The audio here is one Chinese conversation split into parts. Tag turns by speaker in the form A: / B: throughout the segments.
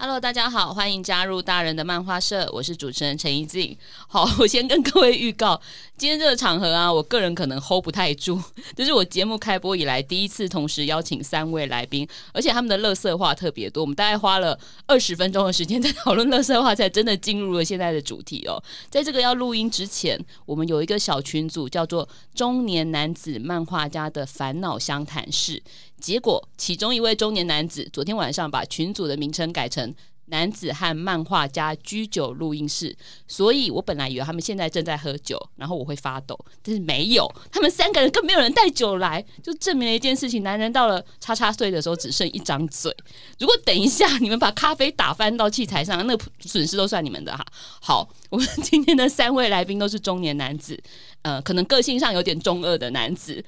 A: Hello，大家好，欢迎加入大人的漫画社，我是主持人陈怡静。好， 我先跟各位预告，今天这个场合啊，我个人可能 hold 不太住， 这是我节目开播以来第一次同时邀请三位来宾，而且他们的乐色话特别多，我们大概花了二十分钟的时间在讨论乐色话，才真的进入了现在的主题哦。在这个要录音之前，我们有一个小群组叫做“中年男子漫画家的烦恼相谈室”，结果其中一位中年男子昨天晚上把群组的名称改成。男子和漫画家居酒录音室，所以我本来以为他们现在正在喝酒，然后我会发抖，但是没有，他们三个人更没有人带酒来，就证明了一件事情：男人到了叉叉岁的时候只剩一张嘴。如果等一下你们把咖啡打翻到器材上，那个损失都算你们的哈。好，我们今天的三位来宾都是中年男子，呃，可能个性上有点中二的男子。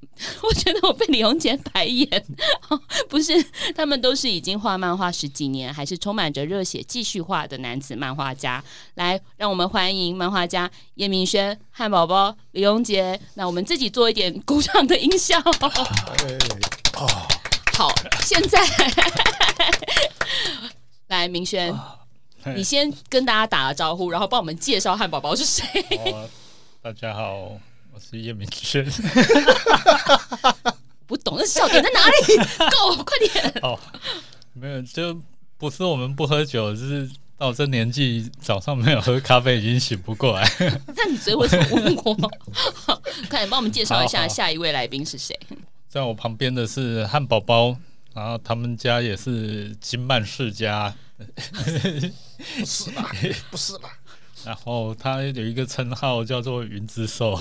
A: 我觉得我被李红杰白眼， 不是，他们都是已经画漫画十几年，还是充满着热血继续画的男子漫画家。来，让我们欢迎漫画家叶明轩、汉堡包、李荣杰。那我们自己做一点鼓掌的音效。
B: 哎，哦，
A: 好，现在 来，明轩，
B: 哎
A: 你先跟大家打个招呼，然后帮我们介绍汉堡包是谁。
C: 好啊，大家好，我是叶 明轩。
A: 不懂那笑点在哪里？够，快点！
C: 哦，没有，就不是我们不喝酒，就是到我这年纪，早上没有喝咖啡已经醒不过来。
A: 那你嘴为什么问我？ 好快点帮我们介绍一
C: 好
A: 下
C: 好
A: 下一位来宾是谁？
C: 在我旁边的是汉堡包，然后他们家也是金曼世家，
B: 不是吧？不是吧？
C: 然后他有一个称号叫做云之兽。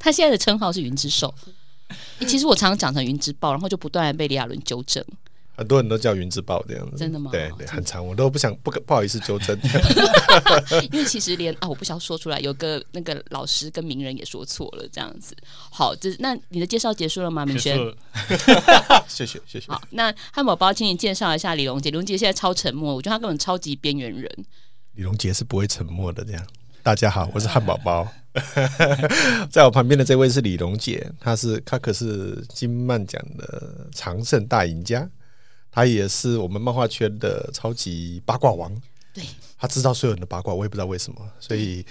A: 他现在的称号是云之兽。欸其实我常常讲成云之豹，然后就不断地被李亚伦纠 正。
B: 很多人都叫云之豹这样子，
A: 真的吗哦
B: 对对，很长，我都不想不不好意思纠正。
A: 因为其实连啊，我不想说出来，有个那个老师跟名人也说错了，这样子。好，这那你的介绍结束了吗，明轩？
C: 就是
B: 谢谢谢谢。
A: 好，那汉堡包，请你介绍一下李荣杰。李荣杰现在超沉默，我觉得他根本超级边缘人。
B: 李荣杰是不会沉默的，这样。大家好，我
A: 啊
B: 是汉堡包， 在我旁边的这位是李荣杰，他是他可是金漫奖的常胜大赢家，他也是我们漫画圈的超级八卦王。
A: 对，
B: 他知道所有人的八卦，我也不知道为什么，所以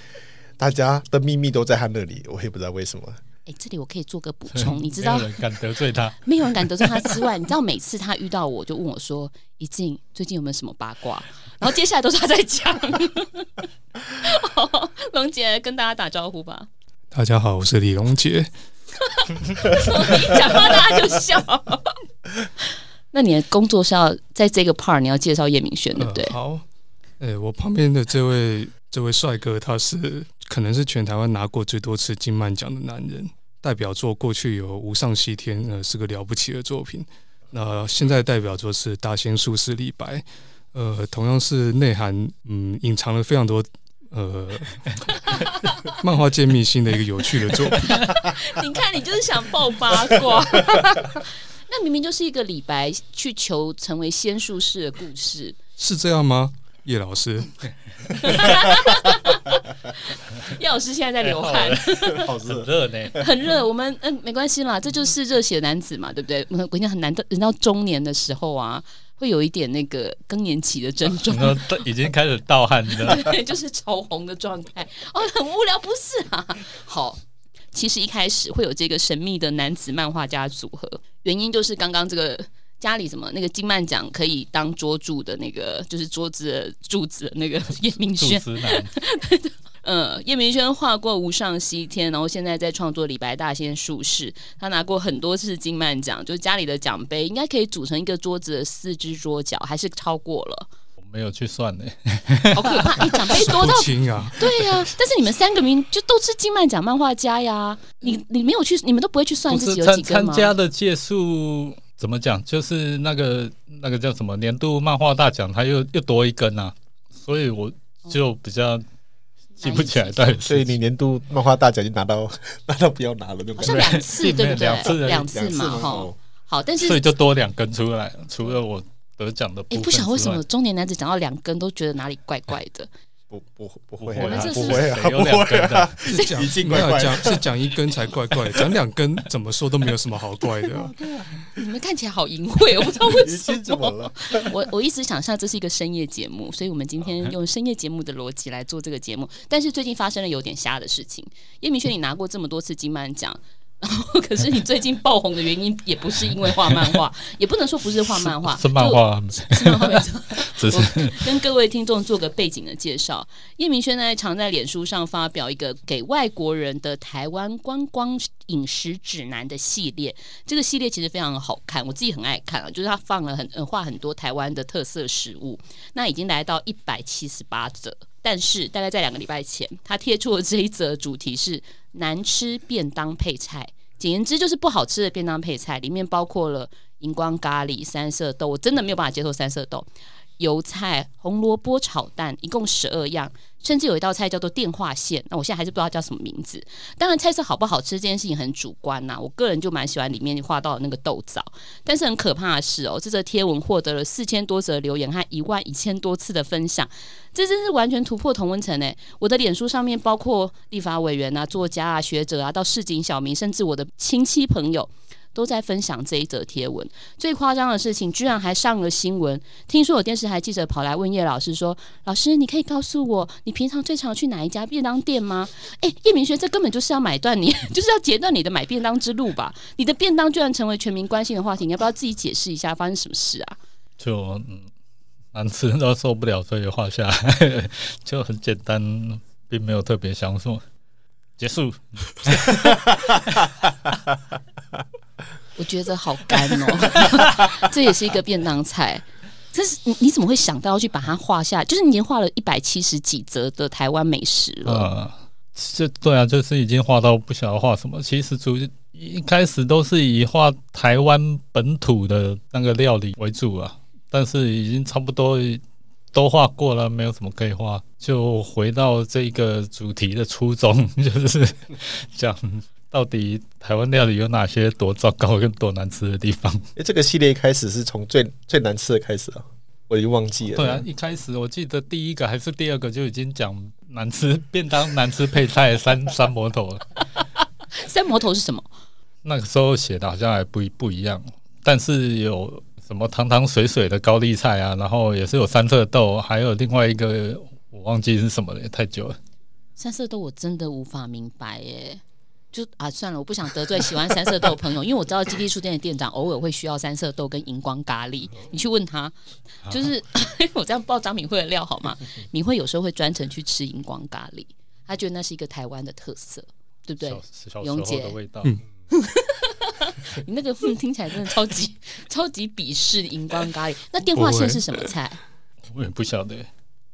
B: 大家的秘密都在他那里，我也不知道为什么。
A: 哎，这里我可以做个补 充，你知道
C: 没有人敢得罪他，
A: 没有人敢得罪他之外，你知道每次他遇到我就问我说：“一静最近有没有什么八卦？”然后接下来都是他在讲。 好龙姐跟大家打招呼吧，
D: 大家好，我是李龙杰。
A: 一讲话大家就笑。那你的工作是要在这个 part 你要介绍叶明轩，对嗯不对？
D: 呃好，哎、我旁边的这位这位帅哥，他是可能是全台湾拿过最多次金漫奖的男人，代表作过去有《无上西天》，呃，是个了不起的作品。那现在代表作是《大仙术士李白》，呃，同样是内涵，嗯，隐藏了非常多。呃， 漫画界秘辛的一个有趣的作品，
A: 你看，你就是想爆八卦。 那明明就是一个李白去求成为仙术士的故事。
D: 是这样吗？叶老师，
A: 叶老师现在在流汗，
B: 好
C: 很热呢。
A: 很热。我们嗯，没关系啦，这就是热血男子嘛，对不对？我跟你讲，很难到人到中年的时候啊，会有一点那个更年期的症 状
C: 然，后都已经开始盗汗 了。
A: 对，就是潮红的状态。哦，很无聊，不是啊？好，其实一开始会有这个神秘的男子漫画家组合，原因就是刚刚这个。家里什么那个金曼奖可以当桌柱的那个，就是桌子的柱子的那个叶明
C: 主
A: 轩，
C: 持男，
A: 呃，叶明轩画过《无上西天》，然后现在在创作《李白大仙术士》，他拿过很多次金曼奖，就是家里的奖杯应该可以组成一个桌子的四只桌角，还是超过了，
C: 我没有去算呢。
A: 好可怕！哎、奖杯
D: 数
A: 多到
D: 不清啊！
A: 对呀、 但是你们三个名就都是金曼奖漫画家呀，你你没有去，你们都不会去算
C: 不
A: 自
C: 是
A: 己有
C: 参
A: 几根
C: 参
A: 吗？
C: 加的届数怎么讲，就是那个那个叫什么年度漫画大奖，他又又多一根啊，所以我就比较记不起来到底
B: 所以
C: 是
B: 你年度漫画大奖就拿到 拿到不要拿了，对
A: 好
B: 不
A: 像
B: 对？
A: 两次，
C: 并没
A: 对
C: 有
A: 不对
C: 两次？而
A: 两次
B: 两
C: 已
B: 次
A: 嘛，
B: 吗
A: 哈
B: 哦。
A: 好，但是
C: 所以就多两根出来了，除了我得奖的部
A: 哎，
C: 分，
A: 不晓得为什么，中年男子讲到两根都觉得哪里怪怪的。
B: 不不不
C: 不
B: 会
C: 会
A: 我们
B: 啊，
A: 这
B: 不
A: 是
B: 会啊，
C: 谁有
B: 不 会
C: 两根
B: 啊
C: 的，
D: 是 讲
B: 已经
D: 没
B: 怪
D: 有
B: 怪
D: 讲是讲一根才怪怪的，讲两根怎么说都没有什么好怪的啊、
A: 你们看起来好淫秽，我不知道为
B: 已
A: 什
B: 经怎么了？
A: 我我一直想象这是一个深夜节目，所以我们今天用深夜节目的逻辑来做这个节目。但是最近发生了有点瞎的事情，叶明轩，你拿过这么多次金漫奖，然后可是你最近爆红的原因也不是因为画漫画，也不能说不是画漫画，
C: 是漫
A: 就
C: 画，啊
A: 是漫画没错
C: 只 是
A: 跟各位听众做个背景的介绍，叶明轩呢常在脸书上发表一个给外国人的台湾观光饮食指南的系列。这个系列其实非常好看，我自己很爱看啊，就是他放了很呃画很多台湾的特色食物，那已经来到一百七十八则。但是大概在两个礼拜前，他贴出了这一则主题是难吃便当配菜，简言之就是不好吃的便当配菜，里面包括了荧光咖喱、三色豆，我真的没有办法接受三色豆。油菜、红萝卜炒蛋，一共十二样，甚至有一道菜叫做电话线，那我现在还是不知道叫什么名字。当然，菜色好不好吃这件事情很主观呐、我个人就蛮喜欢里面画到的那个豆枣，但是很可怕的是哦，这则贴文获得了四千多则留言和一万一千多次的分享，这真是完全突破同温层诶。我的脸书上面包括立法委员啊、作家啊、学者啊，到市井小民，甚至我的亲戚朋友。都在分享这一则贴文，最夸张的事情居然还上了新闻，听说有电视台记者跑来问叶老师说：“老师，你可以告诉我，你平常最常去哪一家便当店吗？”哎，叶明轩，这根本就是要买断你， 就是要截断你的买便当之路吧？你的便当居然成为全民关心的话题，你要不要自己解释一下发生什么事啊？
C: 就嗯难吃到受不了，所以画下来 就很简单，并没有特别想什么。结束，
A: 我觉得好干哦，这也是一个便当菜。这是你你怎么会想到要去把它画下？就是你已经画了一百七十几则的台湾美食了，
C: 呃，这对啊，就是已经画到不晓得画什么。其实主一开始都是以画台湾本土的那个料理为主啊，但是已经差不多都画过了，没有什么可以画，就回到这个主题的初衷， 就是讲到底台湾料理有哪些多糟糕跟多难吃的地方。
B: 哎，这个系列一开始是从最最难吃的开始啊，我已经忘记了。
C: 对啊，一开始我记得第一个还是第二个就已经讲难吃便当、难吃配菜三三魔头了。
A: 三魔头是什么？
C: 那个时候写的好像还不一不一样，但是有什么汤汤水水的高丽菜啊，然后也是有三色豆，还有另外一个我忘记是什么了，也太久了。
A: 三色豆我真的无法明白耶。就啊，算了，我不想得罪喜欢三色豆的朋友，因为我知道基地书店的店长偶尔会需要三色豆跟荧光咖喱，你去问他。就是 我这样爆张敏慧的料好吗？敏慧有时候会专程去吃荧光咖喱，她觉得那是一个台湾的特色，对不对？
C: 小小时
A: 永
C: 候
A: 杰
C: 的味道。
A: 你那个嗯听起来真的超级 超级鄙视荧光咖喱。那电话线是什么菜？
C: 我也不晓得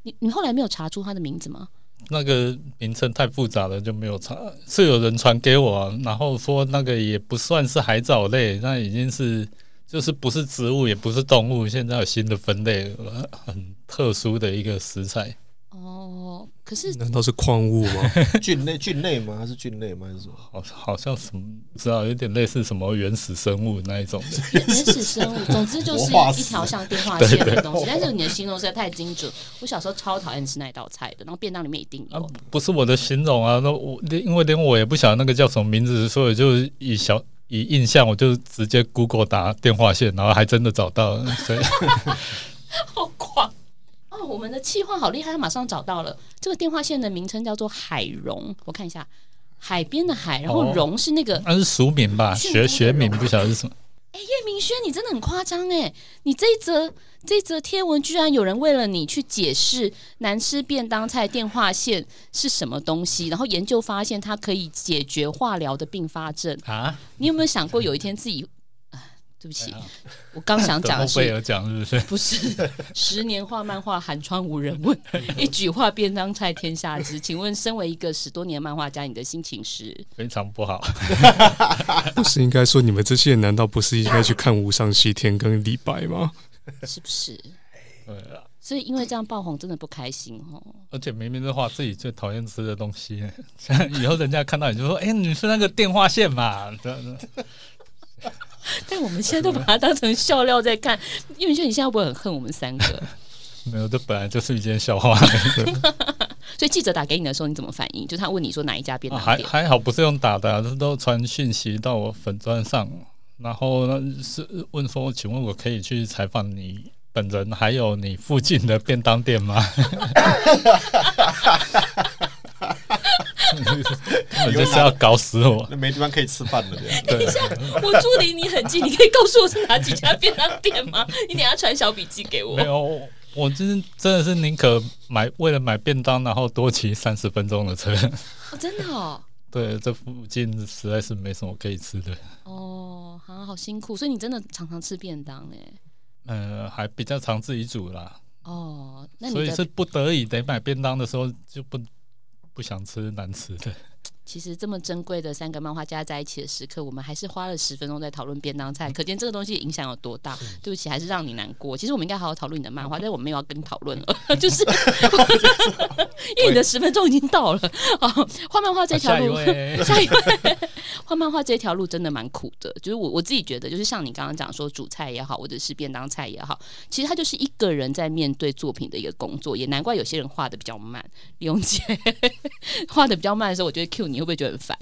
A: 你你后来没有查出它的名字吗？
C: 那个名称太复杂了，就没有查。是有人传给我啊、然后说那个也不算是海藻类，那已经是就是不是植物，也不是动物，现在有新的分类，呃很特殊的一个食材。
A: 哦，可是
D: 难道是矿物吗？
B: 菌类菌类吗？还是菌类吗？还是什么？
C: 好，好像什么不知道，有点类似什么原始生物那一 种的。
A: 原始生物，总之就是
B: 活化石
A: 一条像电话线的东西。但是你的形容实在太精准，我小时候超讨厌吃那道菜的，然后便当里面一定
C: 啊
A: 有。，
C: 不是我的形容啊，那我连因为连我也不晓得那个叫什么名字，所以就以小以印象，我就直接 Google 打电话线，然后还真的找到了。 所以
A: 好狂哦！我们的气话好厉害，马上找到了。这个电话线的名称叫做海荣，我看一下，海边的海，然后
C: 哦
A: 荣是那个。
C: 那是俗名 吧，学学名不晓得是什么。
A: 哎、叶明轩，你真的很夸张哎！你这一则这一则贴文，居然有人为了你去解释难吃便当菜电话线是什么东西，然后研究发现它可以解决化疗的并发症。
C: 啊，
A: 你有没有想过有一天自己？唉啊对不
C: 怎
A: 起，
C: 样
A: 我刚想
C: 得
A: 讲的
C: 诺贝
A: 是。
C: 尔奖是不是？
A: 不是十年画漫画寒窗无人问，一举画便当菜天下知。请问，身为一个十多年漫画家，你的心情是？
C: 非常不好。
D: 不是应该说你们这些人难道不是应该去看无上西天跟李白吗？
A: 是不是？
C: 对啊，
A: 所以因为这样爆红，真的不开心哦。
C: 而且明明是画自己最讨厌吃的东西， 以后人家看到你就说：“哎、你是那个电话线嘛？” 这样子
A: 但我们现在都把它当成笑料在看。 因为你现在会不会很恨我们三个？
C: 没有，这本来就是一件笑话。
A: 所以记者打给你的时候，你怎么反应？就是他问你说哪一家便
C: 啊、
A: 当
C: 还
A: 店？
C: 还好不是用打的、啊，这都传讯息到我粉砖上，然后呢是呃问说，请问我可以去采访你本人，还有你附近的便当店吗？根本就是要搞死我！
B: 那没地方可以吃饭了，这样
A: 等一下，我住离你很近，你可以告诉我是哪几家便当店吗？ 你等一下传小笔记给我
C: 没。有，我就是真的是宁可买为了买便当，然后多骑三十分钟的车。
A: 哦真的哦，
C: 对，这附近实在是没什么可以吃的。
A: 哦，好、好辛苦，所以你真的常常吃便当哎。
C: 嗯，还比较常自己煮啦。
A: 哦，那
C: 所
A: 你
C: 以是
A: 的
C: 不得已得买便当的时候就不不想吃难吃的，
A: 其实这么珍贵的三个漫画家在一起的时刻，我们还是花了十分钟在讨论便当菜，可见这个东西影响有多大。对不起，还是让你难过。其实我们应该好好讨论你的漫
C: 嗯
A: 画，但我没有要跟你讨论了， 就是因为你的十分钟已经到了。哦，画漫画 这条
C: 啊下一
A: 路，
C: 位
A: 下一位， 画漫画这条路真的蛮苦的，就是我我自己觉得，就是像你刚刚讲说煮菜也好，或者是便当菜也好，其实它就是一个人在面对作品的一个工作，也难怪有些人画的比较慢。李永杰 画的比较慢的时候，我觉得 Q 你会不会觉得很烦？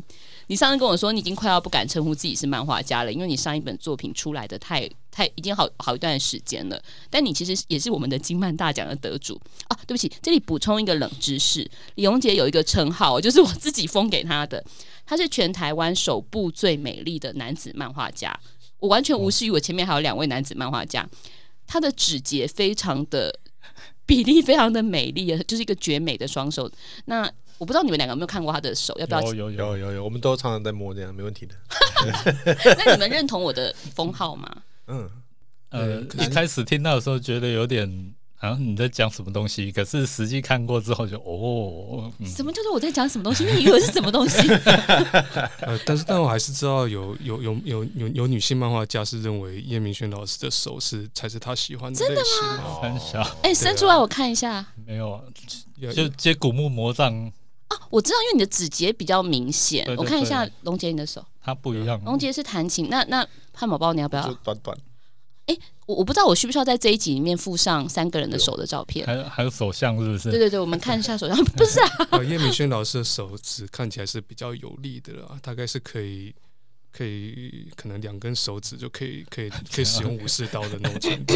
A: 你上次跟我说你已经快要不敢称呼自己是漫画家了，因为你上一本作品出来的太太已经好好一段时间了，但你其实也是我们的金漫大奖的得主啊！对不起，这里补充一个冷知识，李永杰有一个称号，就是我自己封给他的，他是全台湾首部最美丽的男子漫画家。我完全无视于我前面还有两位男子漫画家，他的指节非常的比例非常的美丽，就是一个绝美的双手。那我不知道你们两个有没有看过他的手，要不要？
C: 有有有，
B: 有有有，我们都常常在摸，这样没问题的。
A: 那你们认同我的封号吗？
B: 嗯，
C: 呃，
D: 对可
C: 一
D: 是
C: 开始听到的时候觉得有点啊你在讲什么东西，可是实际看过之后就哦，嗯
A: 什么叫做我在讲什么东西？你以为是什么东 西？哎
D: 呃，但是但我还是知道有有有有有有女性漫画家是认为叶明轩老师的手是才是他喜欢的类型啊，
C: 很小
A: 哎、伸出来我看一下啊！
C: 没有，
D: 有
C: 就接古墓魔杖
A: 我知道，因为你的指节比较明显。
C: 对对
A: 我看一下
C: 对
A: 龙杰你的手，
C: 它不一样，
A: 龙杰是弹琴。那那汉堡包你要不要
B: 就？短短，
A: 我我不知道我需不需要在这一集里面附上三个人的手的照片。
C: 还有还有手相是不
A: 对
C: 是？
A: 对对，我们看一下手上 不是 啊，
D: 呃，叶明轩老师的手指看起来是比较有力的啦，大概是可以。可以，可能两根手指就可以，可以，可以使用武士刀的那种程度。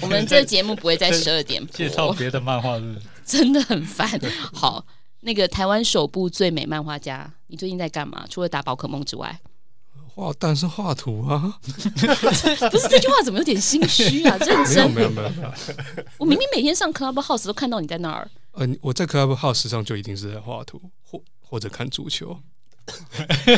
A: 我们这节目不会在十二点
C: 介绍
A: 播，
C: 别的漫画是不是？
A: 真的很烦。好，那个台湾首部最美漫画家，你最近在干嘛？除了打宝可梦之 外，
D: 画，但是画图啊，
A: 不是这句话怎么有点心虚啊？认
D: 没有，
A: 真，
D: 没有，没有，没有。
A: 我明明每天上 Clubhouse 都看到你在那儿。
D: 呃，我在 Clubhouse 上就一定是在画图，或或者看足球。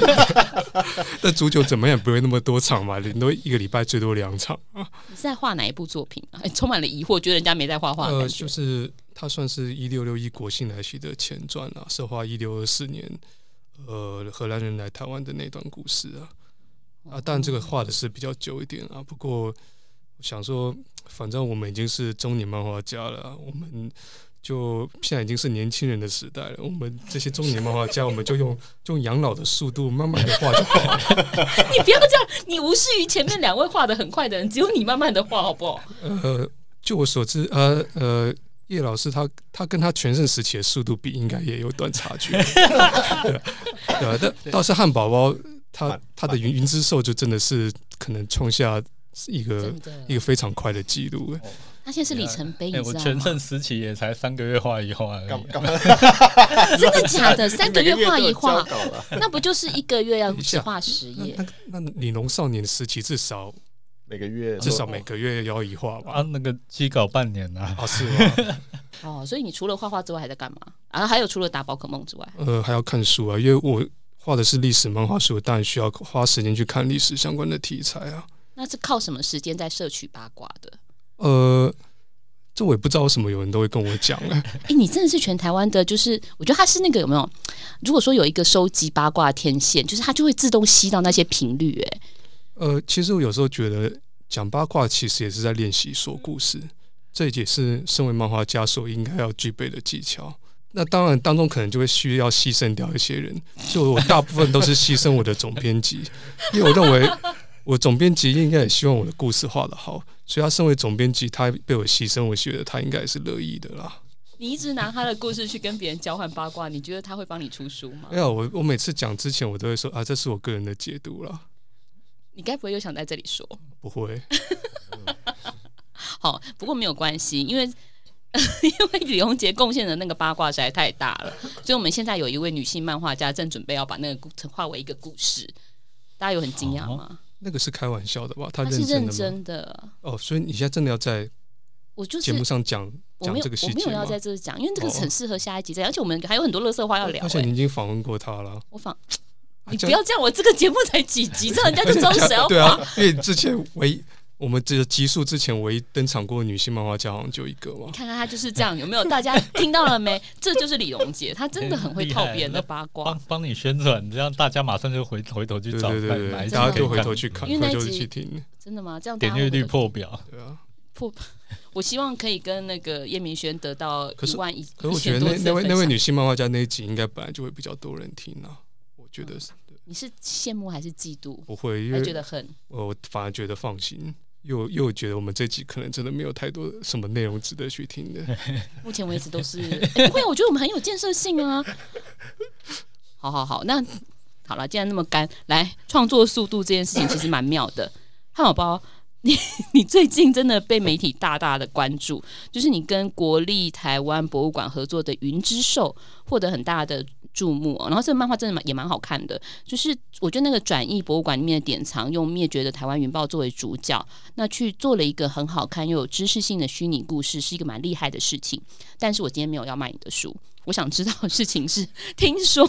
D: 但足球怎么样也不会那么多场嘛，顶多一个礼拜最多两场。
A: 你是在画哪一部作品啊？哎充满了疑惑，觉得人家没在画画的
D: 呃，
A: 感觉。
D: 就是它算是一六六一国庆来袭的前传啊，是画一六二四年，呃，荷兰人来台湾的那段故事啊。啊，当然
A: 哦
D: 这个画的是比较久一点啊，不过我想说，反正我们已经是中年漫画家了啊，我们就现在已经是年轻人的时代了，我们这些中年漫画家，我们就用就用养老的速度慢慢的画就好了。
A: 你不要这样，你无视于前面两位画的很快的人，只有你慢慢的画，好不好？
D: 呃，就我所知，呃呃，叶老师他他跟他全盛时期的速度比，应该也有段差距。对啊，但倒是汉堡包，他
B: 慢
D: 他的云云之兽就真的是可能创下一个
A: 真的
D: 一，个非常快的记录。
A: 他现在是里程碑，
C: 哎，
A: 你知
C: 我
A: 道
C: 全
A: 吗？
C: 盛时期也才三个月画一画而
B: 干
C: 已，
B: 干嘛？
A: 真的假的？三个月画一
B: 每
A: 画
B: 个月都有交，稿了，
A: 那不就是一个月要
D: 一
A: 只
D: 下
A: 画十
D: 那
A: 页？
D: 那那李龙少年时期至少
B: 每个月哦
D: 至少每个月要一画吧？
C: 啊，那个机搞半年 啊，
D: 啊，是吗？
A: 啊哦，所以你除了画画之外还在干嘛？然后还有除了打宝可梦之外，
D: 呃，还要看书啊，因为我。画的是历史漫画书，当然需要花时间去看历史相关的题材啊。
A: 那是靠什么时间在摄取八卦的？
D: 呃，这我也不知道为什么有人都会跟我讲哎、
A: 哎、你真的是全台湾的，就是我觉得他是那个有没有？如果说有一个收集八卦天线，就是它就会自动吸到那些频率、哎，
D: 呃，其实我有时候觉得讲八卦其实也是在练习说故事，这也是身为漫画家所应该要具备的技巧。那当然当中可能就会需要牺牲掉一些人，所以我大部分都是牺牲我的总编辑，因为我认为我总编辑应该也希望我的故事画得好，所以他身为总编辑，他被我牺牲，我觉得他应该也是乐意的啦。
A: 你一直拿他的故事去跟别人交换八卦，你觉得他会帮你出书吗
D: 没？有，我我每次讲之前，我都会说啊，这是我个人的解读啦，
A: 你该不会又想在这里说？
D: 不会。
A: 好，不过没有关系，因为 因为李红杰贡献的那个八卦实在太大了，所以我们现在有一位女性漫画家正准备要把那个故化为一个故事，大家有很惊讶吗？
D: 那个是开玩笑的吧？他
A: 他是
D: 哦认真
A: 认
D: 的吗？
A: 真的，
D: 哦，所以你现在真的要在
A: 我就是
D: 节目上讲
A: 我
D: 讲
A: 没有
D: 这个细
A: 我没
D: 节
A: 有
D: 吗
A: 要？在这里讲，因为这个
D: 哦啊
A: 很适合下一集再，而且我们还有很多乐色话要聊、
D: 而且
A: 欸。
D: 你已经访问过他了，
A: 我仿
D: 啊
A: 你
D: 这
A: 不
D: 样
A: 要这样，我这个节目才几集，这样人家就知道谁要
D: 对啊
A: 访。，
D: 因为之前唯一我们这个集数之前唯一登场过的女性漫画家好像就一个嘛
A: 你。看看他就是这样，有没有？大家听到了 没？这就是李荣杰，他真的
D: 哎
A: 很会套别人的八卦
C: 帮。帮你宣传，这样大家马上就回回头去
D: 对
C: 找
D: 对对
C: 哪哪
D: 对，
C: 一集
D: 大家
C: 可以
D: 就回
C: 看
D: 头去看，
A: 因为
D: 回
A: 那一
D: 头
A: 集
D: 去听。
A: 真的吗？这样大
C: 点
A: 家
C: 阅率
A: 会不会
C: 破表，
D: 对啊，
A: 破。我希望可以跟那个叶明轩得到
D: 可
A: 一
D: 是
A: 万一。
D: 可是我觉得
A: 一千多
D: 那
A: 次的
D: 那位
A: 分
D: 那位
A: 享，
D: 女性漫画家那一集应该本来就会比较多人听啊，我觉得是
A: 你是羡慕还是嫉妒？
D: 不会，因
A: 还觉
D: 为
A: 得很
D: 我反而觉得放心。又又觉得我们这集可能真的没有太多什么内容值得去听的，
A: 目前为止都是、 哎不会，我觉得我们很有建设性啊。 好好好，那好了，既然那么干，来创作速度这件事情其实蛮妙的。 汉堡包，你 你最近真的被媒体大大的关注，就是你跟国立台湾博物馆合作的《云之兽》获得很大的注目哦。然后这个漫画真的蛮也蛮好看的，就是我觉得那个转译博物馆里面的典藏，用灭绝的台湾云豹作为主角，那去做了一个很好看又有知识性的虚拟故事，是一个蛮厉害的事情。但是我今天没有要卖你的书，我想知道的事情是， 听说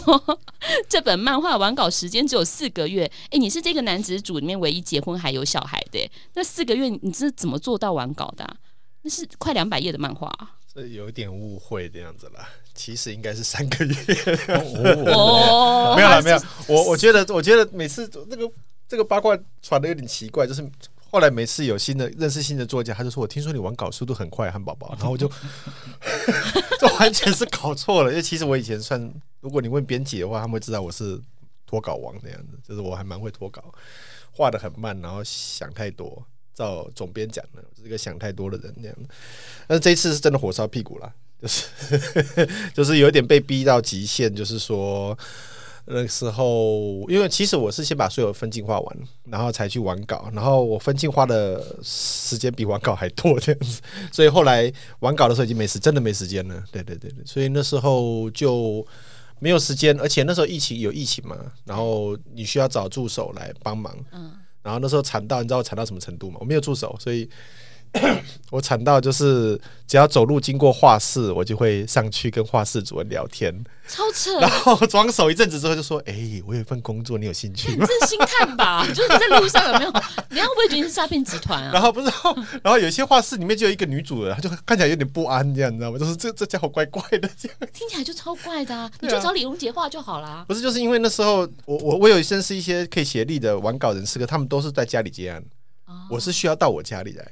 A: 这本漫画完稿时间只有四个月。诶，你是这个男子组里面唯一结婚还有小孩的耶，那四个月你是怎么做到完稿的啊、那是快两百页的漫画啊、
B: 这有一点误会这样子啦。其实应该是三个月，
A: 哦
B: 没有啦，没有。我我觉得，我觉得每次那个这个八卦传的有点奇怪，就是后来每次有新的认识新的作家，他就说我听说你玩稿速度很快，汉堡包，然后我就 这完全是搞错了。因为其实我以前算，如果你问编辑的话，他们会知道我是脱稿王那样子，就是我还蛮会脱稿，画的很慢，然后想太多。照总编讲的，我是一个想太多的人那样子。但是这一次是真的火烧屁股啦，就是就是 有点被逼到极限，就是说，那个时候，因为其实我是先把所有分镜画完，然后才去完稿，然后我分镜画的时间比完稿还多这样子，所以后来完稿的时候已经没时，真的没时间了。对对对对，所以那时候就没有时间，而且那时候疫情有疫情嘛，然后你需要找助手来帮忙。
A: 嗯
B: 然后那时候惨到你知道我惨到什么程度吗？我没有助手，所以我惨到就是只要走路经过画室，我就会上去跟画室主任聊天。
A: 超扯。
B: 然后装手一阵子之后就说：“哎、我有一份工作，你有兴趣吗
A: 这是星探 吧？就是在路上有没有？人家会不会觉得你是诈骗集团？”
B: 然
A: 啊？
B: 后不知道，然后有一些画室里面就有一个女主人，她就看起来有点不安，这样你知道吗？就是这这家伙怪怪的这样。
A: 听起来就超怪的、啊，你
B: 对啊
A: 就找李荣杰画就好啦。
B: 不是，就是因为那时候我我我有认识一些可以协力的完稿人士，可他们都是在家里接案，
A: 哦
B: 我是需要到我家里来，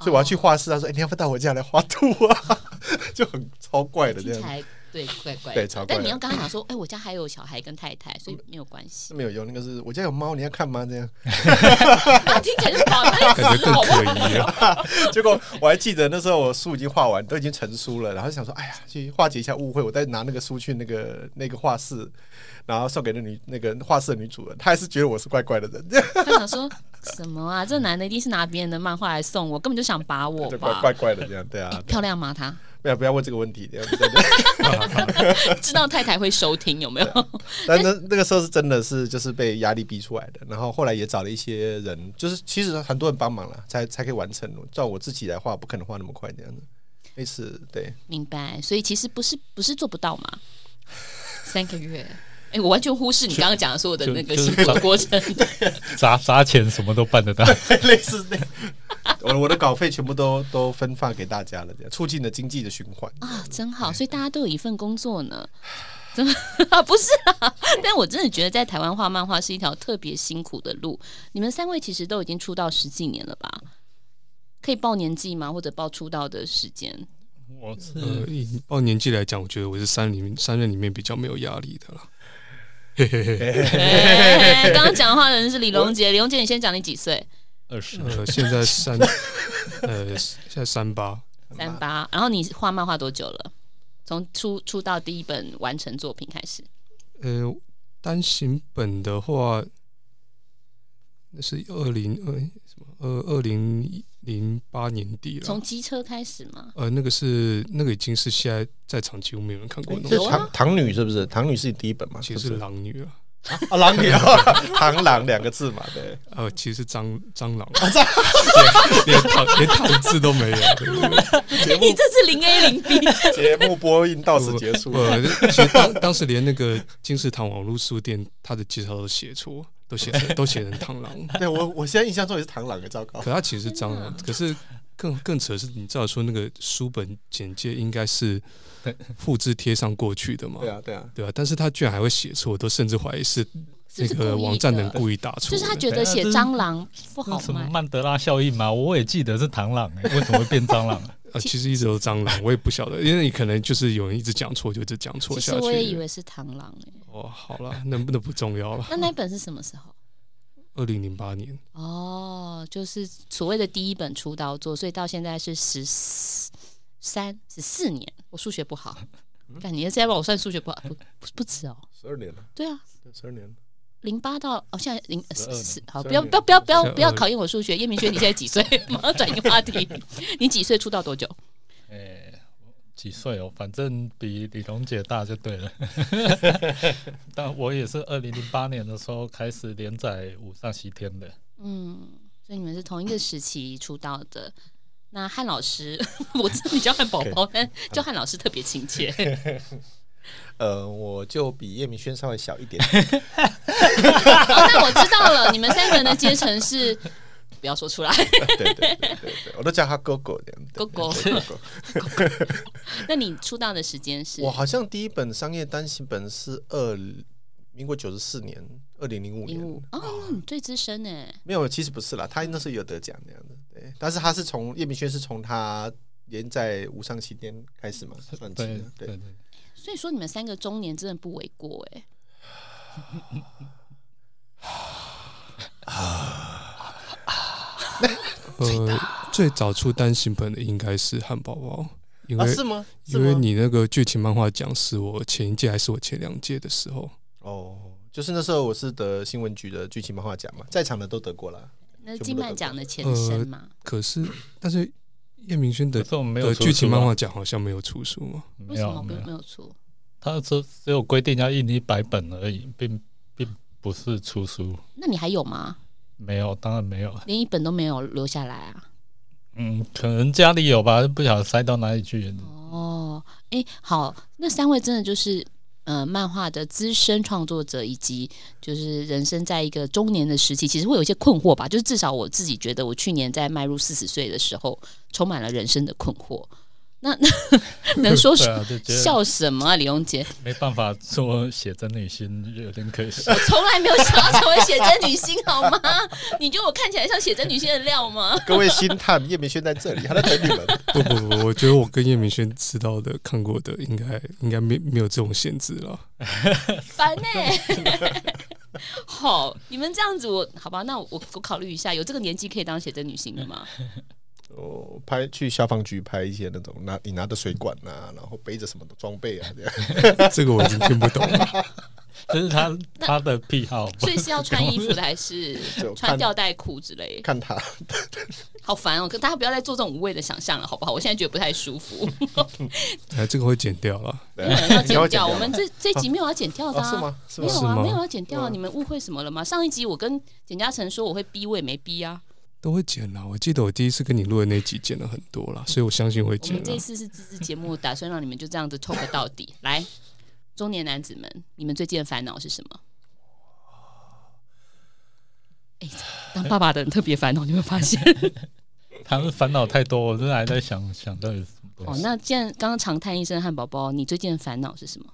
B: 所以我要去画室。他说：“哎、你要不要到我家来画图啊？” 就很超怪的这
A: 哦听起
B: 样，
A: 来对怪怪的，
B: 啊对超怪的
A: 但你要跟他讲说，哎、我家还有小孩跟太太，所以没有关系
B: 是。没有用。那个是我家有猫，你要看吗？这样。
A: 那听起来就搞
D: 感觉更可疑了。
B: 结果我还记得那时候我书已经画完，都已经成书了，然后就想说，哎呀，去化解一下误会，我再拿那个书去那个那个画室，然后送给那女那个画室的女主人，她还是觉得我是怪怪的人，
A: 他想说什么啊？这男的一定是拿别人的漫画来送我，根本就想把 我
B: 就怪
A: 吧。
B: 怪怪的这样，对
A: 哎
B: 啊，
A: 漂亮吗？他
B: 不要不要问这个问题，对啊对对。
A: 知道太太会收听有没有？
B: 但那那个时候是真的是就是被压力逼出来的，然后后来也找了一些人，就是其实很多人帮忙了，才才可以完成。照我自己来画，不可能画那么快这样的。那次对，
A: 明白。所以其实不是不是做不到嘛，三个月哎、我完全忽视你刚刚讲的所有的
C: 就
A: 那个
C: 就
A: 辛
C: 是
A: 苦的
C: 找
A: 过程。
C: 砸砸钱什么都办得到。
B: 类似那样，我我的稿费全部都都分发给大家了，这样促进了经济的循环。
A: 啊，真好，所以大家都有一份工作呢。怎么 不是啦？但我真的觉得在台湾画漫画是一条特别辛苦的路。你们三位其实都已经出道十几年了吧？可以报年纪吗？或者报出道的时间？
C: 我是
D: 呃，
B: 嗯
D: 以按年纪来讲，我觉得我是三里面三人里面比较没有压力的啦。嘿嘿嘿，
A: 哎刚刚讲的话的人是李龙杰，李龙杰，你先讲你几岁？
C: 二十，
B: 嗯
D: 呃，现在三，呃，现在三八，
A: 三八。然后你画漫画多久了？从出出道第一本完成作品开始，
D: 呃，单行本的话，那是二零二什么二二零零八年底
A: 从
D: 了。
A: 机车开始吗？
D: 呃，那个是那个已经是现在在场几乎没有人看过的
B: 哎
D: 东
B: 这
A: 有
D: 西，
A: 啊
B: 唐唐女是不是？唐女是你第一本嘛？
D: 其实
B: 是
D: 是
B: 不是
D: 狼女啊，
B: 啊，狼女， 螳螂两个字嘛， 对。
D: 呃，其实是蟑蟑螂，
B: 啊
D: 连连唐连唐字都没有。对对对
B: 节
A: 你
B: 目
A: 这是零 A 零 B，
B: 节目播映到此结 束。
D: 呃，其实当当时连那个金石堂网络书店，它的介绍都写错，都写成都写成螳螂，
B: 对我我现在印象中也是螳螂，糟糕。
D: 可它其实是蟑螂。可是更更扯的是，你知道说那个书本简介应该是复制贴上过去的嘛
B: 对？啊，对啊，
D: 对啊，但是他居然还会写错，我都甚至怀疑是
A: 是不
D: 那
A: 是故
D: 个
A: 意
D: 网站的人
A: 的
D: 故意打
A: 就
D: 错的。啊
A: 是他觉得写蟑螂不好
C: 那什么
A: 卖。
C: 曼德拉效应嘛？我也记得是螳螂、欸，为什么会变蟑 螂？
D: 呃，其实一直都是蟑螂，我也不晓得，因为你可能就是有人一直讲错，就一直讲错
A: 其
D: 下
A: 实
D: 去。
A: 我也以为是螳螂哎、
D: 哦，好了，那那不重要了。
A: 那那本是什么时候？
D: 二零零八年，
A: 哦，就是所谓的第一本出道作，所以到现在是十三、十四年。我数学不好，感觉现在帮我算数学不好，不不不止哦。
B: 十二年了，
A: 对啊，
B: 十二年了。年
A: 零八到哦，现在零呃
C: 12
A: 十四，好，
B: 12
A: 不要不要不要不要
D: 12
A: 不要考验我数学。叶明轩，你现在几岁？ 马上转移话题。你几岁出道多久？
C: 哎、我几岁哦？反正比李龙姐大就对 了。但我也是二零零八年的时候开始连载《五上西天》的。
A: 嗯， 所以你们是同一个时期出道的。那汉老师， 我真的比较汉宝宝，但叫汉老师特别亲切。
B: 呃，我就比叶明轩稍微小一点，
A: 哦， 那我知道了，你们三个人的阶层是不要说出来。
B: 对对对对对，我都叫他哥哥这样。对
A: 狗狗
B: 对狗狗
A: 那你出道的时间是
B: 我好像第一本商业单行本是二民国九十四年，二零零五
A: 零五
B: 年。
A: 哦，那你最资深哎，
B: 没有，其实不是啦，他那时候有得奖那样的，对。但是他是从叶明轩是从他连载《无上西天》开始嘛算起
C: 对
B: 的，
C: 对
B: 对啊
C: 对。
A: 所以说你们三个中年真的不为过哎。
D: 呃，最早出单行本的应该是汉堡包，因为、
A: 哦
B: 啊，是吗？是
D: 因为
B: 吗？
D: 你那个剧情漫画奖是我前一届还是我前两届的时候，
B: 哦，就是那时候我是得新闻局的剧情漫画奖嘛，在场的都得过了。
A: 那是金曼奖的前身嘛，
D: 可是但是叶明轩
C: 可
D: 的
C: 是我们没有
D: 的
C: 出
D: 剧情
C: 书啊
D: 漫画奖好像没有出 书嘛，
A: 为
C: 没
A: 什
C: 有
A: 么
C: 没
A: 没有
C: 有
A: 呃没，有出？
C: 他只只有规定要印一百本而已，并并不是出书。
A: 那你还有吗？
C: 没有，当然没有。
A: 连一本都没有留下来啊？
C: 嗯，可能家里有吧，不晓得塞到哪里去。
A: 哦，哎，好，那三位真的就是呃，漫画的资深创作者，以及就是人生在一个中年的时期，其实会有一些困惑吧。就是至少我自己觉得，我去年在迈入四十岁的时候，充满了人生的困惑。那 那能说
C: 对
A: 说
C: 啊，就觉得
A: 笑什么啊，李荣杰？
C: 没办法做写真女星，有点可惜。
A: 从来没有啊想要成为写真女星，好吗？你觉得我看起来像写真女星的料吗？
B: 各位星探，叶明轩在这里，他在等你 们。
D: 不不不，我觉得我跟叶明轩知道的、看过的，应该应该没没有这种限制了。
A: 烦呢、 好，你们这样子我，好吧，那我我考虑一下，有这个年纪可以当写真女星的吗？
B: 哦，拍去消防局拍一些那种拿你拿着水管啊，然后背着什么的装备啊，这样。
D: 这个我已经听不 懂了。
C: 这是他他的癖好，
A: 所以是要穿衣服的，还是
B: 就
A: 穿
B: 看
A: 吊带裤之类？
B: 看他，
A: 好烦哦！可大家不要再做这种无谓的想象了，好不好？我现在觉得不太舒 服，
D: 哎，这个会剪掉了。
A: 没有人要
B: 你
A: 剪
B: 要剪
A: 掉。
B: 掉
A: 我们这这集没有要剪掉的、
B: 哦，
A: 啊
B: 是吗？是
A: 没
B: 吗？哦
A: 有
D: 是
A: 啊，
D: 吗
A: 没有要剪掉啊！你们误会什么了吗？上一集我跟简嘉诚说我会逼，我也没逼啊。
D: 都会剪啦，我记得我第一次跟你录的那集剪了很多啦，所以我相信会
A: 我
D: 剪
A: 们这
D: 啦
A: 一。次是自制节目，打算让你们就这样子 talk 到底。来，中年男子们，你们最近的烦恼是什 么？哎、当爸爸的人特别烦恼，你会发现
C: 他们烦恼太多，我真的还在想想到底是什么东
A: 哦。
C: 西。
A: 那既然刚刚长叹一声，汉堡包，你最近的烦恼是什么？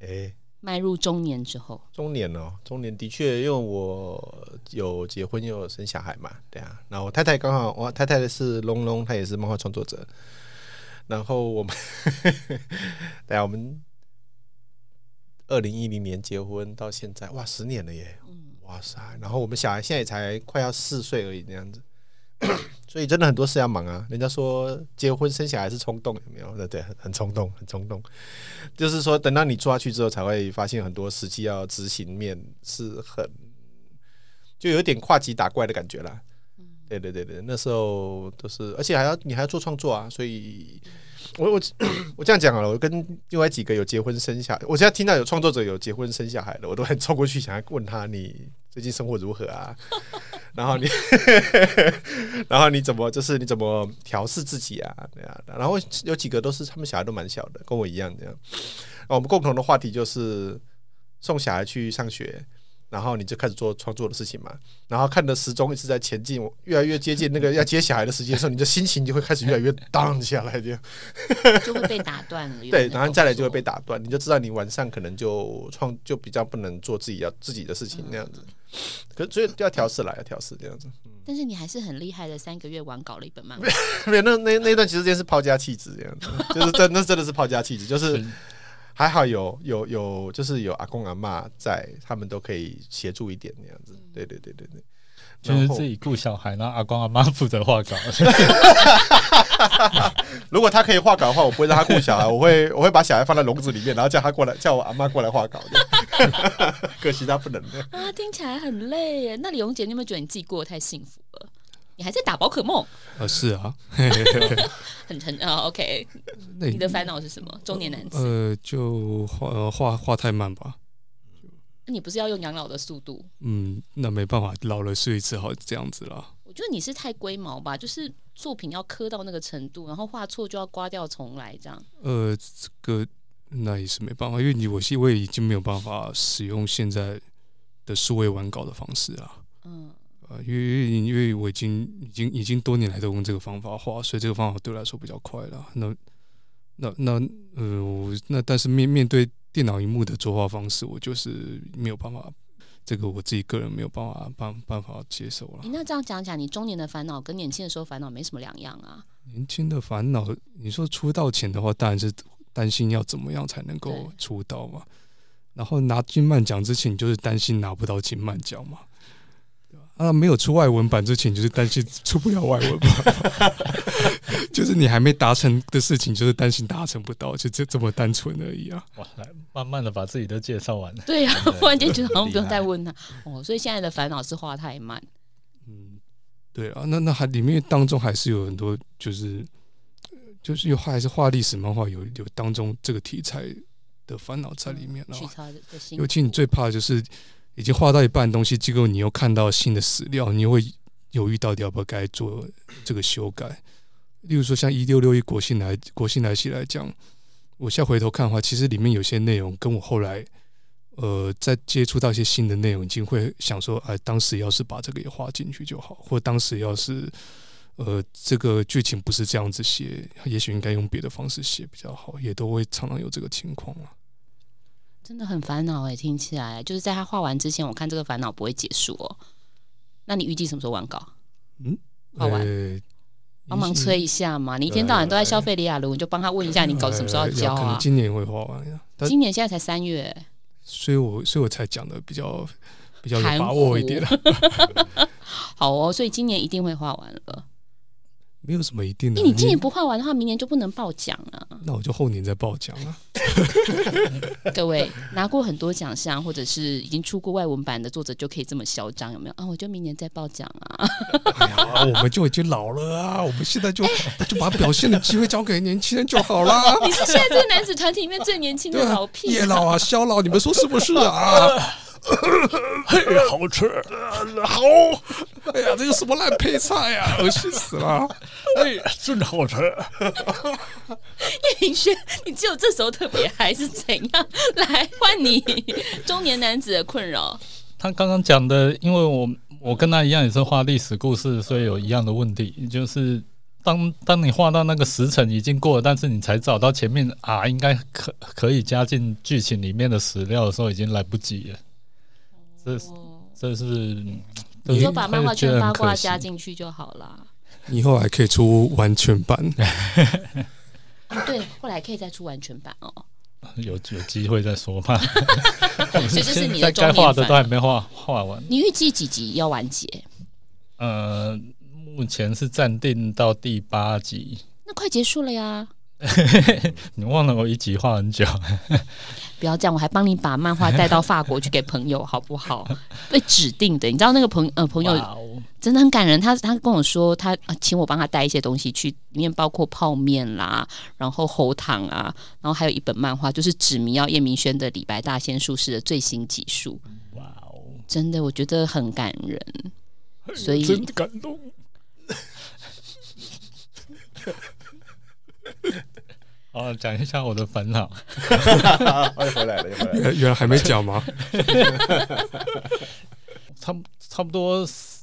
B: 哎、
A: 迈入中年之 后，
B: 中年哦，中年的确，因为我有结婚又有生小孩嘛，对啊。然后我太太刚好，我太太是龙龙，她也是漫画创作者。然后我们， 对啊，我们二零一零年结婚到现在，哇，十年了耶！哇塞！然后我们小孩现在也才快要四岁而已，这样子。 所以真的很多事要忙啊！人家说结婚生小孩是冲动，有没有？对对，很冲动，很冲动。就是说，等到你抓去之后，才会发现很多实际要执行面是很，就有点跨级打怪的感觉啦。对对对对，那时候都是，而且还要你还要做创作啊，所以我 我我这样讲好了，我跟另外几个有结婚生小孩，我现在听到有创作者有结婚生小孩的，我都很冲过去想要问他你最近生活如何啊？ 然后你 然后你怎么就是你怎么调试自己啊？对啊，然后有几个都是他们小孩都蛮小的，跟我一样这样。然哦后我们共同的话题就是送小孩去上学，然后你就开始做创作的事情嘛。然后看着时钟一直在前进，我越来越接近那个要接小孩的时间的时候，你的心情就会开始越来越 down 下来这样。
A: 就会被打断了。有
B: 对，
A: 那
B: 然后
A: 种
B: 再来就会
A: 说
B: 被打断，你就知道你晚上可能就创就比较不能做自己要自己的事情那样子。可是所以要调试啦，要调试这样子。
A: 但是你还是很厉害的，三个月完搞了一本漫 画。
B: 没有，那那那段其实真是抛家弃子这样子， 就是真那真的是抛家弃子，就是还好有有有就是有阿公阿妈在，他们都可以协助一点那样子。
A: 嗯
B: 对对对对对，
C: 就是
B: 然后
C: 自己顾小孩，然后阿公阿妈负责画稿。
B: 如果他可以画稿的话，我不会让他顾小孩，我会我会把小孩放在笼子里面，然后叫他过来，叫我阿妈过来画稿 这样。可惜他不能。
A: 啊，听起来很累耶。那李荣姐，你有没有觉得你自己过得太幸福了？你还在打宝可梦，
D: 啊，是啊，
A: 很很啊、OK。
D: 那
A: 你的烦恼是什么？中年男
B: 嗯
A: 子，
D: 呃，就画呃画画太慢吧，
A: 你不是要用养老的速度？
D: 嗯，那没办法，老了所以只好这样子啦。
A: 我觉得你是太龟毛吧，就是作品要磕到那个程度，然后画错就要刮掉重来这样。
D: 呃，这个那也是没办法，因为你我是我也已经没有办法使用现在的数位玩稿的方式啊，
A: 嗯，
D: 呃，因为因为因为我已经已经已经多年来都用这个方法画，所以这个方法对我来说比较快了。那那那呃，我那但是面面对电脑荧幕的作画方式，我就是没有办法，这个我自己个人没有办法办办法接受了
A: 诶。那这样讲讲，你中年的烦恼跟年轻的时候烦恼没什么两样啊。
D: 年轻的烦恼，你说出道前的话，当然是担心要怎么样才能够
A: 对
D: 出道嘛。然后拿金曼奖之前，你就是担心拿不到金曼奖嘛。对吧啊，没有出外文版之前，你就是担心出不了外文版， 就是你还没达成的事情，就是担心达成不到，就这这么单纯而已啊。
C: 哇，来慢慢的把自己都介绍完了。
A: 对 呀、
C: 对
A: 忽然间觉得好像不用再问他哦。所以现在的烦恼是画太慢。
D: 嗯，对啊，那那还里面当中还是有很多，就是呃就是有还是画历史漫画有有当中这个题材的烦恼在里面啊。
A: 取材的心，
D: 尤其你最怕的就是已经画到一半的东西，结果你又看到新的史料，你又会犹豫到底要不要该做这个修改。例如说，像一六六一国信来国信来袭来讲，我现在回头看的话，其实里面有些内容跟我后来呃在接触到一些新的内容，已经会想说，哎，当时要是把这个也画进去就好，或当时要是呃这个剧情不是这样子写，也许应该用别的方式写比较好，也都会常常有这个情况啊。
A: 真的很烦恼哎，听起来就是在他画完之前，我看这个烦恼不会结束哦。那你预计什么时候完稿？好玩
D: 嗯呃
A: 帮忙催一下嘛！你一天到晚都在消费里亚卢，你就帮他问一下你稿子什么时候要交
D: 呃可能
A: 啊？
D: 今年会画完呀，但
A: 今年现在才三月，
D: 所以我所以我才讲的比较比较有把握一点， 啊
A: 好哦，所以今年一定会画完了。
D: 嗯没有什么一定的。
A: 因为你今年不画完的话，明年就不能报奖啊！
D: 你，那我就后年再报啊奖了。
A: 各位拿过很多奖项，或者是已经出过外文版的作者，就可以这么嚣张，有没有啊？我就明年再报奖啊！
D: 哎呀，我们就已经老了啊，我们现在就那就把表现的机会交给年轻人就好啦。
A: 你是现在这个男子团体里面最年轻
D: 对
A: 的
D: 啊
A: 老，屁
D: 叶老啊，肖老，你们说是不是啊？嘿， 好吃， 好！哎呀，这个什么烂配菜呀、恶心死了！ 哎，真好吃！
A: 叶颖轩， 你只有这时候特别嗨是怎样？来换你中年男子的困扰。
C: 他刚刚讲的，因为我我跟他一样也是画历史故事，所以有一样的问题，就是当当你画到那个时辰已经过了，但是你才找到前面啊，应该可可以加进剧情里面的史料的时候，已经来不及了。这
A: 哦，
C: 这是嗯
A: 你就把漫画圈八卦加。
C: 这是觉得很可惜
A: 进去就好啦。
D: 以后还可以出完全版，
A: 啊，对，后来可以再出完全版 哦。
C: 有有机会再说 吧。
A: 所以这是你的
C: 现在
A: 中
C: 该画 的
A: 年
C: 都还
A: 版。
C: 没画画完。
A: 你预计几集要完结？
C: 呃，目前是暂定到第八集。
A: 那快结束了呀！
C: 你忘了我一集画很久，
A: 不要这样，我还帮你把漫画带到法国去给朋友，好不 好？被指定的，你知道那个朋呃朋友
C: 哇哦
A: 真的很感人。他他跟我说，他呃请我帮他带一些东西去，里面包括泡面啦，然后喉糖啊，然后还有一本漫画，就是指名要叶明轩的《李白大仙术士》的最新集数。
C: 哇哦！
A: 真的，我觉得很感人。所以
D: 真感动。
C: 哦，讲一下我的烦恼。
B: 哎，回来了，又回 来了。
D: 呃原原来还没讲吗？
C: 差不差不多是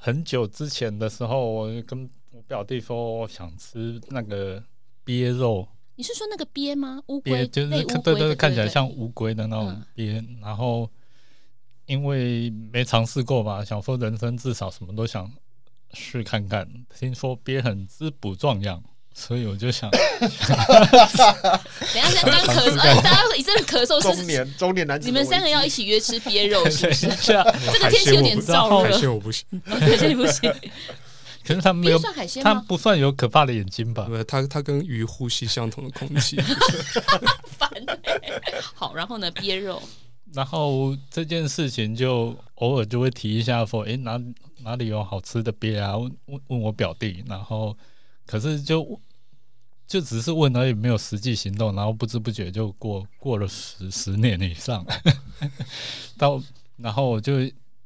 C: 很久之前的时候，我跟我表弟说我想吃那个鳖肉，
A: 你是说那个鳖吗？乌
C: 鳖
A: 龟
C: 就是
A: 类乌
C: 看
A: 龟的，
C: 对对，看起来
A: 对
C: 像乌龟的那种
A: 嗯
C: 鳖，然后因为没尝试过嘛，想说人生至少什么都想试看看。听说鳖很滋补壮阳，所以我就想
A: 等一下刚刚 咳嗽，哎大家一阵咳嗽
B: 中
A: 是。
B: 年中年男子，
A: 你们三个要一起约吃鳖 肉是
C: 等
A: 不
C: 一
A: 是？
C: 下，
A: 这个天气有点燥
D: 海
A: 热，
D: 鲜我不行，
A: 海鲜不 行。
C: 可是他们没
A: 鳖
C: 有，
A: 算海鲜
C: 他
A: 吗？
C: 不算有可怕的眼睛吧？
D: 不， 它它跟鱼呼吸相同的空 气，
A: 烦、 欸。好，然后呢，鳖肉。
C: 然后这件事情就偶尔就会提一下说，诶，哪哪里有好吃的鳖啊？问问问我表弟，然后可是就就只是问而已，没有实际行动，然后不知不觉就过过了十十年以上， 到然后我就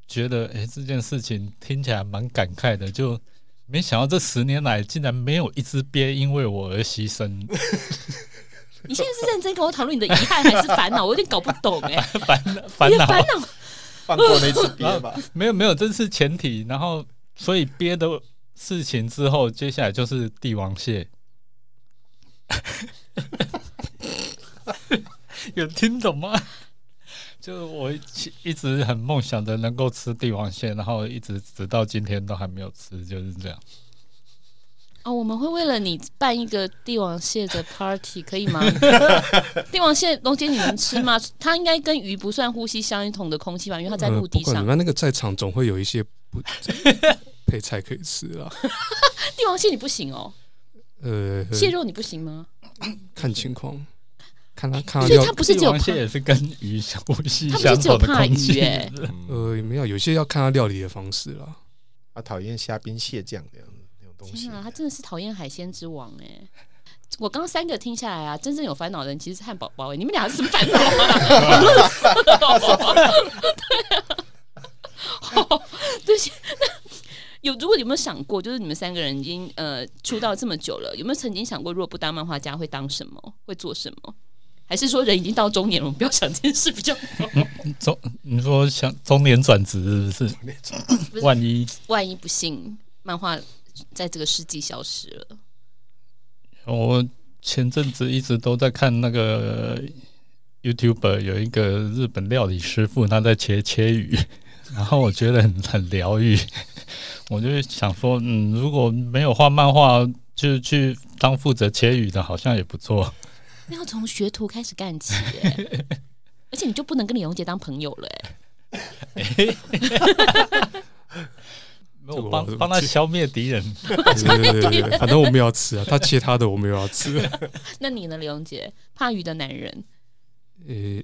C: 觉得，诶，这件事情听起来蛮感慨的，就没想到这十年来竟然没有一只鳖因为我而牺牲，
A: 你现在是认真跟我讨论你的遗憾还是烦恼？我有点搞不懂哎、
C: 烦 烦
A: 你的
C: 恼
A: 烦恼
B: 放过那次鳖吧。
C: 没有没有，这是前提。然后，所以憋的事情之后，接下来就是帝王 蟹。有听懂吗？就是我其一直很梦想着能够吃帝王蟹，然后一直直到今天都还没有吃，就是这样。
A: 哦，我们会为了你办一个帝王蟹的 party 可以 吗？帝王蟹龙姐你能吃吗？它应该跟鱼不算呼吸相同的空气吧，因为它在
D: 呃
A: 陆地
D: 不管怎
A: 上。
D: 么样，那个在场总会有一些不 配菜可以吃啦。
A: 帝王蟹你不行哦，
D: 呃，
A: 蟹肉你不行吗？
D: 看情况，看他看他
A: 所以
D: 要
A: 它不是只
C: 啊帝
A: 有
C: 王
A: 怕，
C: 蟹也是跟鱼相呼吸
A: 它不
C: 相
A: 是只有
C: 同的
A: 怕
C: 空
A: 鱼
C: 气。
A: 哎、
D: 呃没有，有些要看他料理的方式啦。
B: 他讨厌虾兵蟹将这样的那种东西
A: 天。啊，他真的是讨厌海鲜之王哎、我刚三个听下来啊，真正有烦恼的人其实是汉堡包哎、你们俩是什么烦恼啊？乐死了哦！对啊，好对不起。那有，如果你有没有想过，就是你们三个人已经呃出道这么久了，有没有曾经想过，如果不当漫画家会当什么，会做什么？还是说人已经到中年了，我们不要想这件事比较好？
C: 中，你说想中年转职是不
A: 不
C: 是？
A: 是
C: 万一
A: 万一不幸漫画在这个世纪消失了，
C: 我前阵子一直都在看那个 YouTuber 有一个日本料理师傅，他在切切鱼， 然后我觉得很很疗愈， 我就想说，嗯，如果没有画漫画，就去当负责切鱼的，好像也不错。
A: 那 要从学徒开始干起、欸， 而且你就不能跟李荣杰当朋友了、欸，
C: 没
D: 这
C: 有
D: 个
C: 帮
D: 我
C: 帮他消灭敌人，
D: 对对对对，反正我们要吃啊，他切他的我们也 要吃。
A: 那你呢，李荣杰？怕鱼的男人，
D: 呃，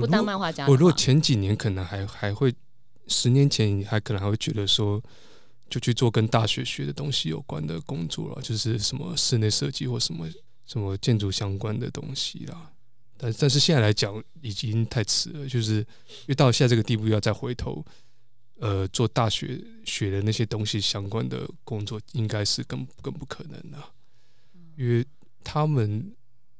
A: 不
D: 如
A: 当漫画家的话
D: 我如果前几年可能还还会，十年前还可能还会觉得说，就去做跟大学学的东西有关的工作了，就是什么室内设计或什么什么建筑相关的东西啦。但但是现在来讲已经太迟了，就是因为到现在这个地步，要再回头，呃，做大学学的那些东西相关的工作，应该是更更不可能了、
A: 嗯
D: 因为他们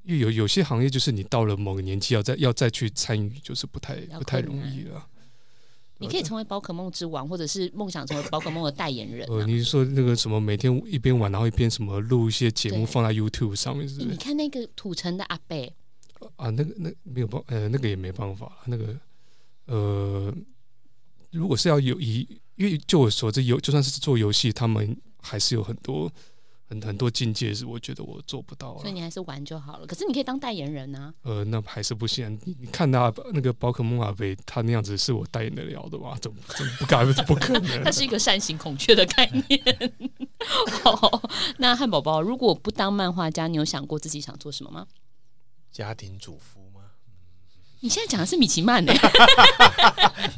D: 因为有有些行业就是你到了某个年纪要再要再去参与，就是不太
A: 比较
D: 不太
A: 困
D: 容
A: 难
D: 易了。呃
A: 你可以成为宝可梦之王，或者是梦想成为宝可梦的代言人、
D: 呃，
A: 啊。
D: 你是说那个什么每天一边玩，然后一边什么录一些节
A: 对
D: 目放在 YouTube 上面，是
A: 诶你
D: 不是？
A: 看那个土城的阿贝，
D: 啊，那个那没有办，呃，那个也没办法了。那个呃，如果是要有一，因为就我所知，游就算是做游戏，他们还是有很多很很多境界是我觉得我做不到
A: 所以
D: 了。
A: 你还是玩就好了。可是你可以当代言人啊，
D: 呃，那还是不行。你你看他那个宝可梦阿贝，他那样子是我代言得了的吗？怎么怎么不敢？不可能
A: 它。是一个扇形孔雀的概念。 好，那汉堡包，如果不当漫画家，你有想过自己想做什么吗？
B: 家庭主妇吗？
A: 你现在讲的是米奇曼诶、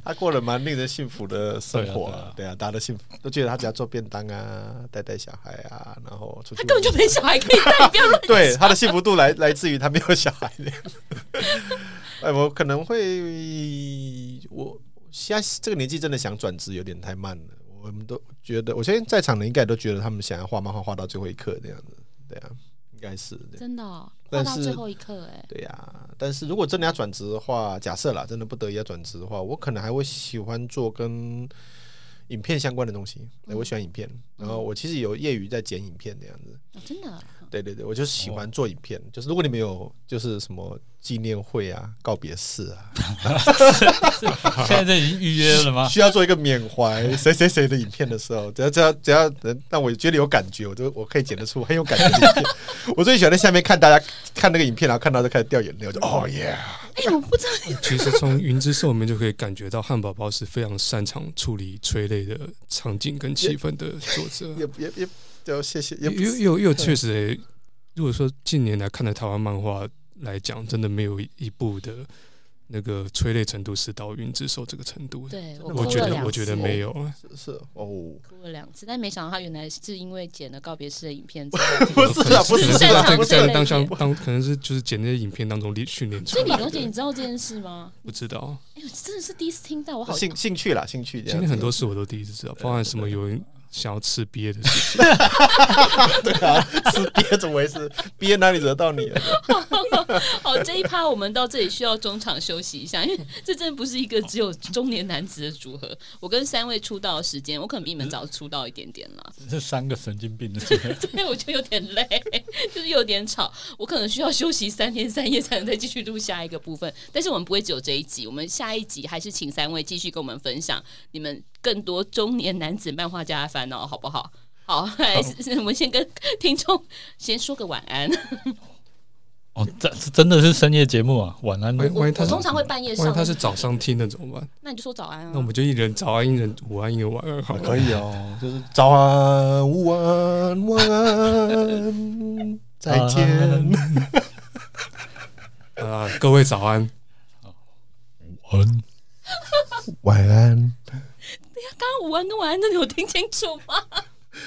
B: 他过了蛮令人幸福的生活
C: 对啊对啊
B: 啊，对啊，大家都幸福，都觉得他只要做便当啊，带带小孩啊，然后出去
A: 他根本
B: 玩，
A: 就没小孩可以带，不要 乱。
B: 对他的幸福度来 来自于他没有小孩的。 哎，我可能会，我现在这个年纪真的想转职有点太慢了。我们都觉得，我相信在场的应该都觉得他们想要画漫画画到最后一刻这样子，对啊，应该是这样。
A: 真的、哦，画
B: 但
A: 到最
B: 是
A: 后一刻诶、
B: 对呀、但是如果真的要转职的话，假设啦，真的不得已要转职的话，我可能还会喜欢做跟影片相关的东西。对我喜欢影片，然后我其实有业余在剪影片这样子。
A: 哦真的啊。
B: 对对对，我就是喜欢做影片。就是如果你们有就是什么纪念会啊、告别式啊，
C: 现在这已经预约了吗？
B: 需要做一个缅怀谁谁谁的影片的时候，只要只要只要能让我觉得有感觉，我就我可以剪得出很有感觉的影片。 我最喜欢在下面看大家看那个影片，然后看到就开始掉眼泪，我就哦耶！
A: 哎、我不知道，
D: 其实从《云之兽》里面就可以感觉到，汉堡包是非常擅长处理催泪的场景跟气氛的作者。
B: 也也也就谢谢，也
D: 又
B: 不
D: 又又又确实、欸，如果说近年来看的台湾漫画来讲，真的没有一部的那个催泪程度是到《云之兽》这个程度。
A: 对我
D: 我
A: 哭
D: 觉
A: 了
D: 得
A: 两
D: 我觉得
A: 次欸
D: 没有，啊
B: 是是哦，
A: 哭了两次，但没想到他原来是因为剪了告别式的影片之后，
B: 不是啊，不
D: 可
B: 是
D: 能
A: 擅
D: 是
A: 长
D: 在
A: 催
D: 在
A: 泪
D: 当下
A: 点
D: 当可能是就是剪那些影片当中练训练出
A: 所以
D: 来
A: 李荣姐，你
D: 的。
A: 知道这件事吗？
D: 不知道，
A: 哎、我真的是第一次听到，我好
B: 兴兴趣啦，兴趣这样子。
D: 今天 很多事我都第一次知道，包含什么有人想要吃鳖 的事情。
B: 对啊，是憋怎么回事？憋哪里惹到你了？啊
A: 哦好，这一趴我们到这里需要中场休息一下，因为这真的不是一个只有中年男子的组合。我跟三位出道的时间，我可能比你们早出道一点点了，
C: 这三个神经病的组合，
A: 因为我就有点累， 就是有点吵，我可能需要休息三天三夜才能再继续录下一个部分。但是我们不会只有这一集，我们下一集还是请三位继续跟我们分享你们更多中年男子漫画家的烦恼，好不好？好，来， 我们先跟听众先说个晚安。
C: 哦，这这真的是深夜节目啊！晚安，
D: 万一
A: 我
D: 万
A: 我
D: 一他是
A: 通常会半夜
D: 万一
A: 上，
D: 他是早上听的怎么办？
A: 那你就说早安啊。
D: 那我们就一人早安，一人午安，一人晚安， 好了。
B: 可以哦，就是早安、午安、晚 安，再见。
D: 啊，各位早安。
C: 晚
B: 晚安，
A: 刚刚午安跟晚安，真的有听清楚吗？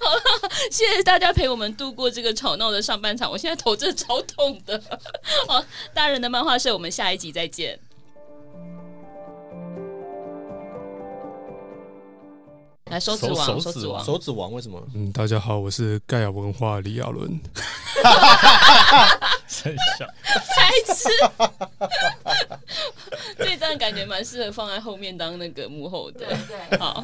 A: 好了，谢谢大家陪我们度过这个吵闹的上半场。我现在头真的超痛的。 好，大人的漫画社，我们下一集再见。来，手指王，手
C: 手手
A: 指
C: 指王
A: 王，
B: 手指王为什么？
D: 嗯，大家好，我是盖亚文化李亚伦。
C: 真相。
A: 白 痴！这一段感觉蛮适合放在后面当那个幕后的。好，